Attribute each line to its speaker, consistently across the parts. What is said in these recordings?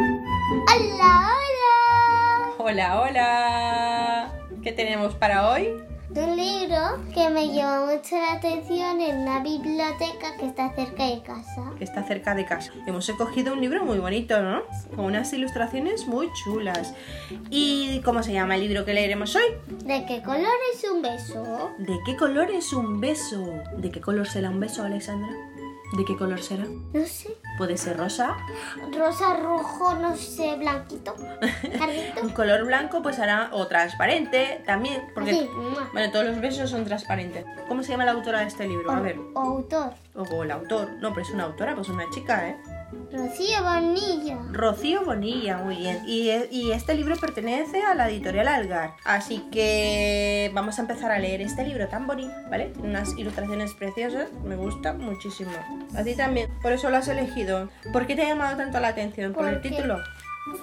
Speaker 1: ¡Hola, hola!
Speaker 2: Hola, hola. ¿Qué tenemos para hoy?
Speaker 1: De un libro que me llamó mucho la atención en una biblioteca que está cerca de casa.
Speaker 2: Que está cerca de casa. Hemos escogido un libro muy bonito, ¿no? Con unas ilustraciones muy chulas. ¿Y cómo se llama el libro que leeremos hoy?
Speaker 1: ¿De qué color es un beso?
Speaker 2: ¿De qué color es un beso? ¿De qué color será un beso, Alexandra? ¿De qué color será?
Speaker 1: No sé.
Speaker 2: ¿Puede ser rosa?
Speaker 1: Rosa, rojo, no sé, blanquito.
Speaker 2: Un
Speaker 1: Carlito.
Speaker 2: color blanco pues hará o transparente también, porque
Speaker 1: Así, mua.
Speaker 2: bueno, todos los besos son transparentes. ¿Cómo se llama la autora de este libro? A ver.
Speaker 1: O autor.
Speaker 2: O o el autor. No, pero es una autora, pues una chica, ¿eh?
Speaker 1: Rocío Bonilla.
Speaker 2: Rocío Bonilla, muy bien. Y, y este libro pertenece a la editorial Algar. Así que vamos a empezar a leer este libro tan bonito, ¿vale? Tiene unas ilustraciones preciosas, me gusta muchísimo. A ti también, por eso lo has elegido. ¿Por qué te ha llamado tanto la atención? ¿Por, el
Speaker 1: Porque-
Speaker 2: título?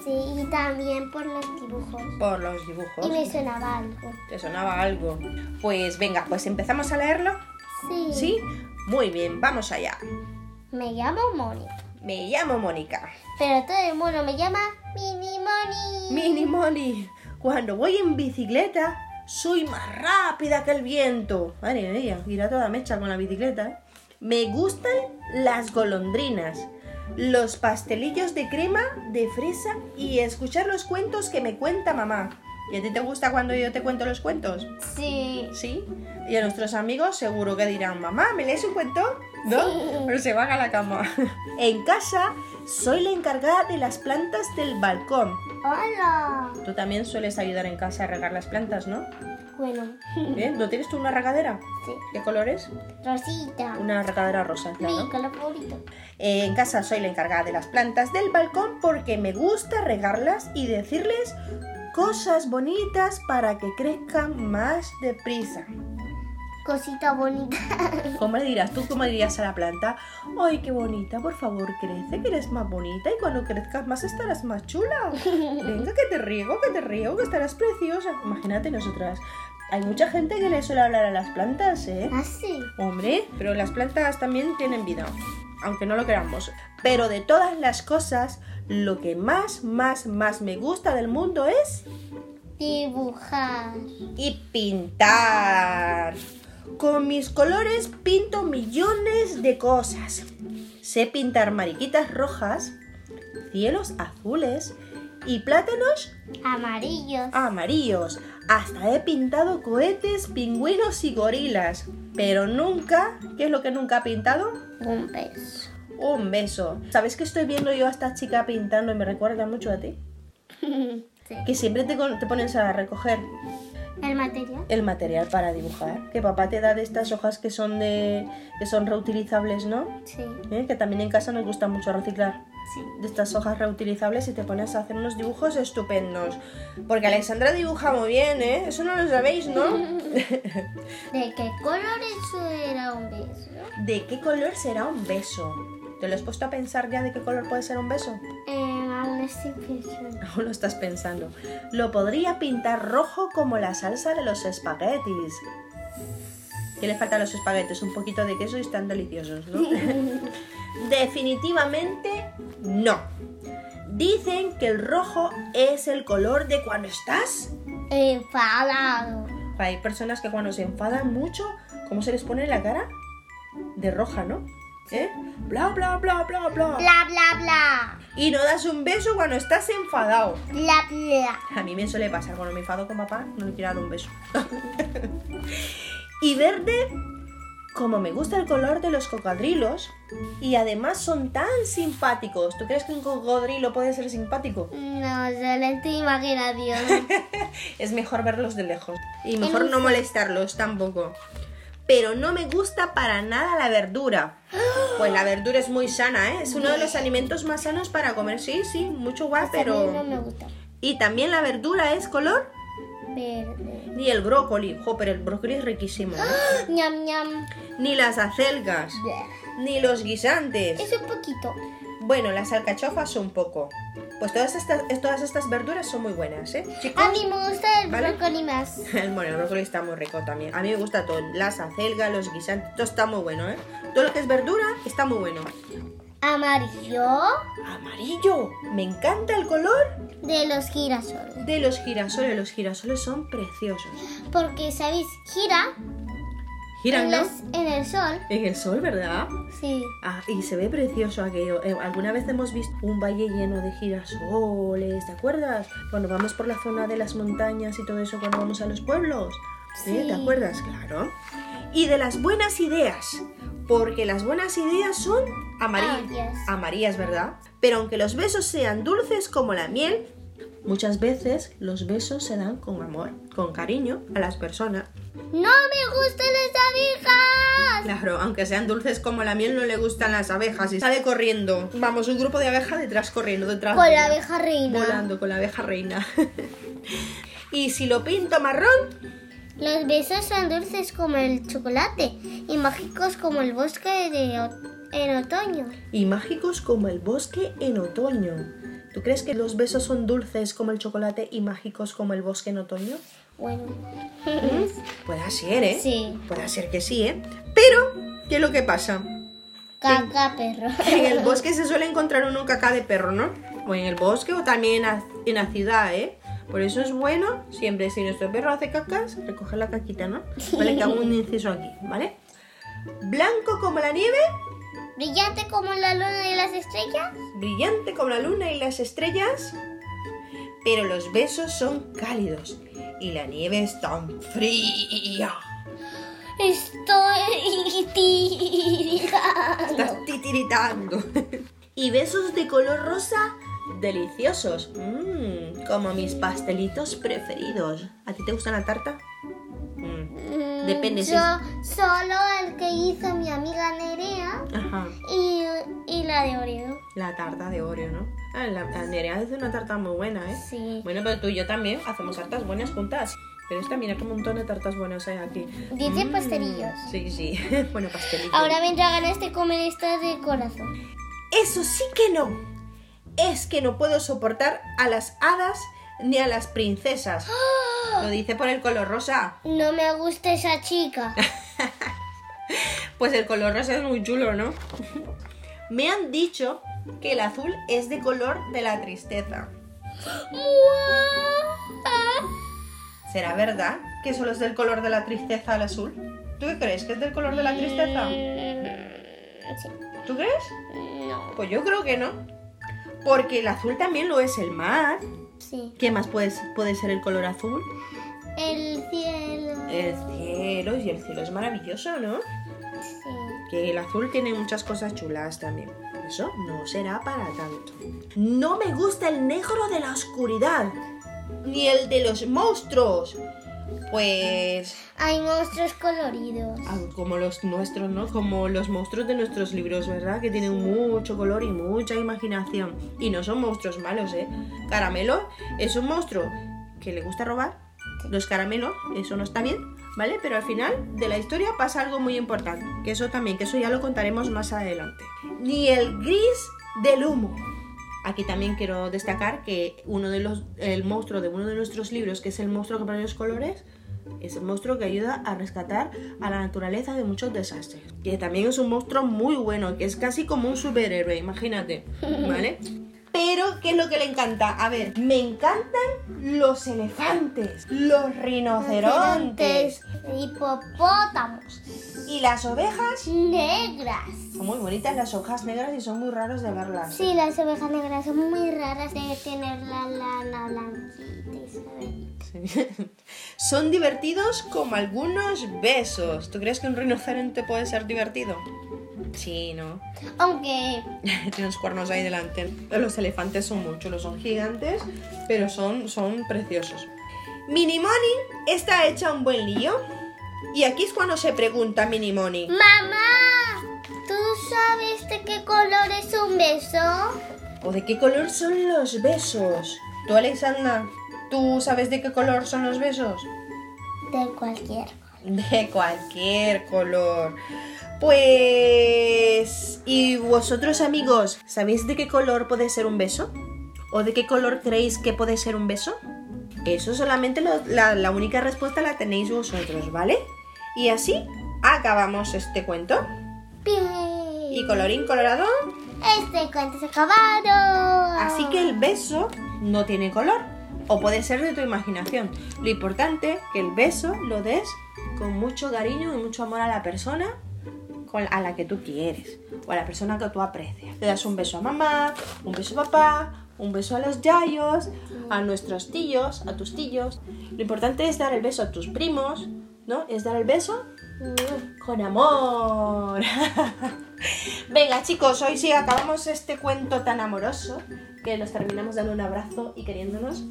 Speaker 1: Sí, y también por los dibujos.
Speaker 2: Por los
Speaker 1: Y me
Speaker 2: dibujos.
Speaker 1: sonaba algo.
Speaker 2: Te sonaba algo. Pues venga, pues empezamos a leerlo.
Speaker 1: Sí.
Speaker 2: ¿Sí? Muy bien, vamos allá.
Speaker 1: Me llamo Moni.
Speaker 2: Me llamo Mónica.
Speaker 1: Pero todo el mundo me llama Mini Moni.
Speaker 2: Mini Moni, cuando voy en bicicleta soy más rápida que el viento. Madre mía, irá toda mecha con la bicicleta. ¿eh? Me gustan las golondrinas, los pastelillos de crema de fresa y escuchar los cuentos que me cuenta mamá. ¿Y a ti te gusta cuando yo te cuento los cuentos?
Speaker 1: Sí.
Speaker 2: Sí. Y a nuestros amigos seguro que dirán, mamá, ¿me lees un cuento? ¿No? Pero se van a la cama. en casa soy la encargada de las plantas del balcón.
Speaker 1: Hola.
Speaker 2: Tú también sueles ayudar en casa a regar las plantas, ¿no?
Speaker 1: Bueno,
Speaker 2: Bien, ¿no tienes tú una regadera?
Speaker 1: sí.
Speaker 2: ¿Qué color es?
Speaker 1: Rosita.
Speaker 2: Una regadera rosa, claro.
Speaker 1: Mi color favorito.
Speaker 2: Eh, en casa soy la encargada de las plantas del balcón porque me gusta regarlas y decirles cosas bonitas para que crezcan más deprisa.
Speaker 1: Cosita bonita.
Speaker 2: ¿Cómo le dirás tú? ¿Cómo le dirías a la planta? ¡Ay, qué bonita! Por favor, crece, que eres más bonita y cuando crezcas más estarás más chula. Venga, que te riego, que te riego, que estarás preciosa. Imagínate nosotras. Hay mucha gente que le suele hablar a las plantas, ¿eh?
Speaker 1: Así.
Speaker 2: Hombre, pero las plantas también tienen vida, aunque no lo queramos. Pero de todas las cosas, lo que más, más, más me gusta del mundo es
Speaker 1: Dibujar.
Speaker 2: y pintar. Con mis colores pinto millones de cosas. Sé pintar mariquitas rojas, cielos azules y plátanos
Speaker 1: Amarillos.
Speaker 2: amarillos. Hasta he pintado cohetes, pingüinos y gorilas. Pero nunca, ¿qué es lo que nunca he pintado?
Speaker 1: Un beso.
Speaker 2: Un beso. ¿Sabes que estoy viendo yo a esta chica pintando y me recuerda mucho a ti?
Speaker 1: Sí.
Speaker 2: Que siempre te, con- te pones a recoger
Speaker 1: El material.
Speaker 2: el material para dibujar. Que papá te da de estas hojas que son de que son reutilizables, ¿no?
Speaker 1: Sí.
Speaker 2: ¿Eh? Que también en casa nos gusta mucho reciclar.
Speaker 1: Sí.
Speaker 2: De estas hojas reutilizables y te pones a hacer unos dibujos estupendos. Porque Alexandra dibuja muy bien, ¿eh? Eso no lo sabéis, ¿no?
Speaker 1: ¿De qué color eso era un beso?
Speaker 2: ¿De qué color será un beso? ¿Te lo has puesto a pensar ya de qué color puede ser un beso?
Speaker 1: Eh, aún estoy pensando.
Speaker 2: Aún lo estás pensando. Lo podría pintar rojo como la salsa de los espaguetis. ¿Qué le falta a los espaguetis? Un poquito de queso y están deliciosos, ¿no? Definitivamente no. Dicen que el rojo es el color de cuando estás.
Speaker 1: Enfadado.
Speaker 2: Hay personas que cuando se enfadan mucho, ¿cómo se les pone la cara? De roja, ¿no? ¿Eh? Bla, bla, bla, bla, bla.
Speaker 1: Bla, bla, bla.
Speaker 2: Y no das un beso cuando estás enfadado.
Speaker 1: Bla, bla.
Speaker 2: A mí me suele pasar cuando me enfado con papá, no le quiero dar un beso. y verde, como me gusta el color de los cocodrilos, y además son tan simpáticos. ¿Tú crees que un cocodrilo puede ser simpático?
Speaker 1: No, excelente imaginación.
Speaker 2: Es mejor verlos de lejos. Y mejor no molestarlos tampoco. Pero no me gusta para nada la verdura. Pues la verdura es muy sana, ¿eh? Es uno de los alimentos más sanos para comer. Sí, sí, mucho guay,
Speaker 1: Pues a mí no
Speaker 2: pero...
Speaker 1: me gusta.
Speaker 2: Y también la verdura es color
Speaker 1: Verde.
Speaker 2: ni el brócoli. Jo, pero el brócoli es riquísimo. ¿eh?
Speaker 1: Ñam, ñam.
Speaker 2: Ni las acelgas, ni los guisantes.
Speaker 1: Es un poquito.
Speaker 2: Bueno, las alcachofas un poco. Pues todas estas, todas estas verduras son muy buenas, ¿eh? Chicos,
Speaker 1: A mí me gusta el
Speaker 2: ¿Vale?
Speaker 1: brócoli más.
Speaker 2: bueno, el brócoli está muy rico también. A mí me gusta todo. Las acelgas, los guisantes, todo está muy bueno, ¿eh? Todo lo que es verdura está muy bueno.
Speaker 1: Amarillo
Speaker 2: Amarillo, me encanta el color
Speaker 1: de los girasoles.
Speaker 2: de los girasoles. Los girasoles son preciosos.
Speaker 1: Porque, ¿sabéis? Gira
Speaker 2: Giran,
Speaker 1: en,
Speaker 2: ¿no?
Speaker 1: las- en el sol.
Speaker 2: En el sol, ¿verdad?
Speaker 1: Sí.
Speaker 2: Ah, y se ve precioso aquello. Eh, alguna vez hemos visto un valle lleno de girasoles, ¿te acuerdas? Cuando vamos por la zona de las montañas y todo eso, cuando vamos a los pueblos. ¿Eh?
Speaker 1: Sí.
Speaker 2: ¿Te acuerdas? Claro. Y de las buenas ideas. Porque las buenas ideas son amarillas.
Speaker 1: Amarillas.
Speaker 2: Amarillas, ¿verdad? Pero aunque los besos sean dulces como la miel, muchas veces los besos se dan con amor, con cariño a las personas.
Speaker 1: ¡No me gustan las abejas!
Speaker 2: Claro, aunque sean dulces como la miel, no le gustan las abejas y sale corriendo. Vamos, un grupo de abejas detrás corriendo, detrás.
Speaker 1: Con la abeja reina.
Speaker 2: Volando con la abeja reina. y si lo pinto marrón,
Speaker 1: Los besos son dulces como el chocolate y mágicos como el bosque de o- en otoño.
Speaker 2: y mágicos como el bosque en otoño. ¿Tú crees que los besos son dulces como el chocolate y mágicos como el bosque en otoño?
Speaker 1: Bueno.
Speaker 2: Puede ser, ¿eh?
Speaker 1: Sí.
Speaker 2: Puede ser que sí, ¿eh? Pero, ¿qué es lo que pasa?
Speaker 1: Caca, perro.
Speaker 2: En el bosque se suele encontrar uno un caca de perro, ¿no? O en el bosque o también en la, en la ciudad, ¿eh? Por eso es bueno, siempre si nuestro perro hace cacas, recoger la caquita, ¿no? Vale, que hago un inciso aquí, ¿vale? Blanco como la nieve,
Speaker 1: Brillante como la luna y las estrellas.
Speaker 2: brillante como la luna y las estrellas, pero los besos son cálidos y la nieve es tan fría.
Speaker 1: Estoy
Speaker 2: Estás titiritando. y besos de color rosa deliciosos. Mm, como mis pastelitos preferidos. ¿A ti te gusta la tarta? Mm, Depende, sí.
Speaker 1: Yo solo el que hizo mi amiga Nerea
Speaker 2: Ajá.
Speaker 1: y, y la de Oreo.
Speaker 2: La tarta de Oreo, ¿no? Ah, la, la Nerea hace una tarta muy buena, ¿eh?
Speaker 1: Sí.
Speaker 2: Bueno, pero tú y yo también hacemos tartas buenas juntas. Pero esta, mira qué montón de tartas buenas hay aquí. Mm.
Speaker 1: Dice pastelillos.
Speaker 2: Sí, sí. bueno, pastelillos.
Speaker 1: Ahora vendrá ganas de comer estas de corazón.
Speaker 2: Eso sí que no. Es que no puedo soportar a las hadas ni a las princesas. Lo dice por el color rosa.
Speaker 1: No me gusta esa chica.
Speaker 2: Pues el color rosa es muy chulo, ¿no? Me han dicho que el azul es de color de la tristeza. ¿Será verdad que solo es del color de la tristeza el azul? ¿Tú qué crees? ¿Que es del color de la tristeza?
Speaker 1: Eh. Mm, sí.
Speaker 2: ¿Tú crees?
Speaker 1: No.
Speaker 2: Pues yo creo que no. Porque el azul también lo es el mar.
Speaker 1: Sí.
Speaker 2: ¿Qué más puede, puede ser el color azul?
Speaker 1: El cielo.
Speaker 2: El cielo, y el cielo es maravilloso, ¿no?
Speaker 1: Sí.
Speaker 2: Que el azul tiene muchas cosas chulas también. Eso no será para tanto. No me gusta el negro de la oscuridad, ni el de los monstruos. Pues
Speaker 1: Hay monstruos coloridos.
Speaker 2: ah, como los nuestros, ¿no? Como los monstruos de nuestros libros, ¿verdad? Que tienen mucho color y mucha imaginación. Y no son monstruos malos, ¿eh? Caramelo es un monstruo que le gusta robar los caramelos, eso no está bien, ¿vale? Pero al final de la historia pasa algo muy importante, que eso también, que eso ya lo contaremos más adelante. Ni el gris del humo. Aquí también quiero destacar que uno de los, el monstruo de uno de nuestros libros, que es el monstruo que pone los colores, es el monstruo que ayuda a rescatar a la naturaleza de muchos desastres. Que también es un monstruo muy bueno, que es casi como un superhéroe, imagínate, ¿vale? Pero, ¿qué es lo que le encanta? A ver, me encantan los elefantes, los rinocerontes
Speaker 1: Hipopótamos.
Speaker 2: y las ovejas.
Speaker 1: Negras.
Speaker 2: Son muy bonitas las hojas negras y son muy raros de verlas.
Speaker 1: Sí, las ovejas negras son muy raras de tener la lana blanquita y suavecita.
Speaker 2: Son divertidos como algunos besos. ¿Tú crees que un rinoceronte puede ser divertido? Sí, ¿no?
Speaker 1: Aunque
Speaker 2: Tiene los cuernos ahí delante. Los elefantes son muy chulos, son gigantes, pero son, son preciosos. Minimoni está hecha un buen lío. Y aquí es cuando se pregunta Minimoni.
Speaker 1: Mamá, ¿tú sabes ¿De qué color es un beso?
Speaker 2: ¿O de qué color son los besos? Tú, Alexandra, ¿tú sabes de qué color son los besos?
Speaker 1: De cualquier.
Speaker 2: De cualquier color. Pues... ¿Y vosotros amigos, sabéis de qué color puede ser un beso? ¿O de qué color creéis que puede ser un beso? Eso solamente lo- la, la única respuesta la tenéis vosotros, ¿vale? Y así acabamos este cuento.
Speaker 1: ¡Pi!
Speaker 2: Y colorín colorado,
Speaker 1: Este cuento se acabaron.
Speaker 2: así que el beso no tiene color. O puede ser de tu imaginación. Lo importante que el beso lo des con mucho cariño y mucho amor a la persona con- a la que tú quieres o a la persona que tú aprecias. Le das un beso a mamá, un beso a papá, un beso a los yayos, a nuestros tíos, a tus tíos. Lo importante es dar el beso a tus primos, ¿no? Es dar el beso con amor. Venga chicos, hoy sí acabamos este cuento tan amoroso que nos terminamos dando un abrazo y queriéndonos.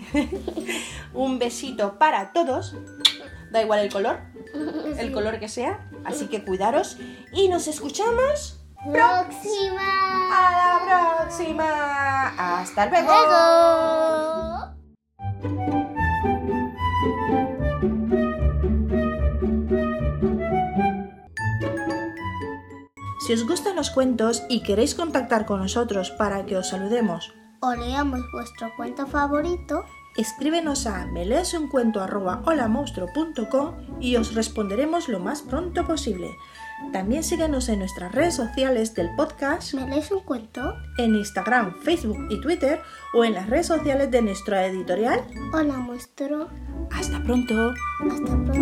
Speaker 2: un besito para todos. Da igual el color, el color que sea. Así que cuidaros y nos escuchamos
Speaker 1: Próxima.
Speaker 2: a la próxima. Hasta luego.
Speaker 1: Luego.
Speaker 3: Si os gustan los cuentos y queréis contactar con nosotros para que os saludemos,
Speaker 1: O leamos vuestro cuento favorito.
Speaker 3: escríbenos a meleasuncuento.com y os responderemos lo más pronto posible. También síguenos en nuestras redes sociales del podcast,
Speaker 1: ¿Me lees un cuento?
Speaker 3: en Instagram, Facebook y Twitter o en las redes sociales de nuestra editorial.
Speaker 1: O la muestro.
Speaker 3: ¡Hasta pronto!
Speaker 1: Hasta pronto.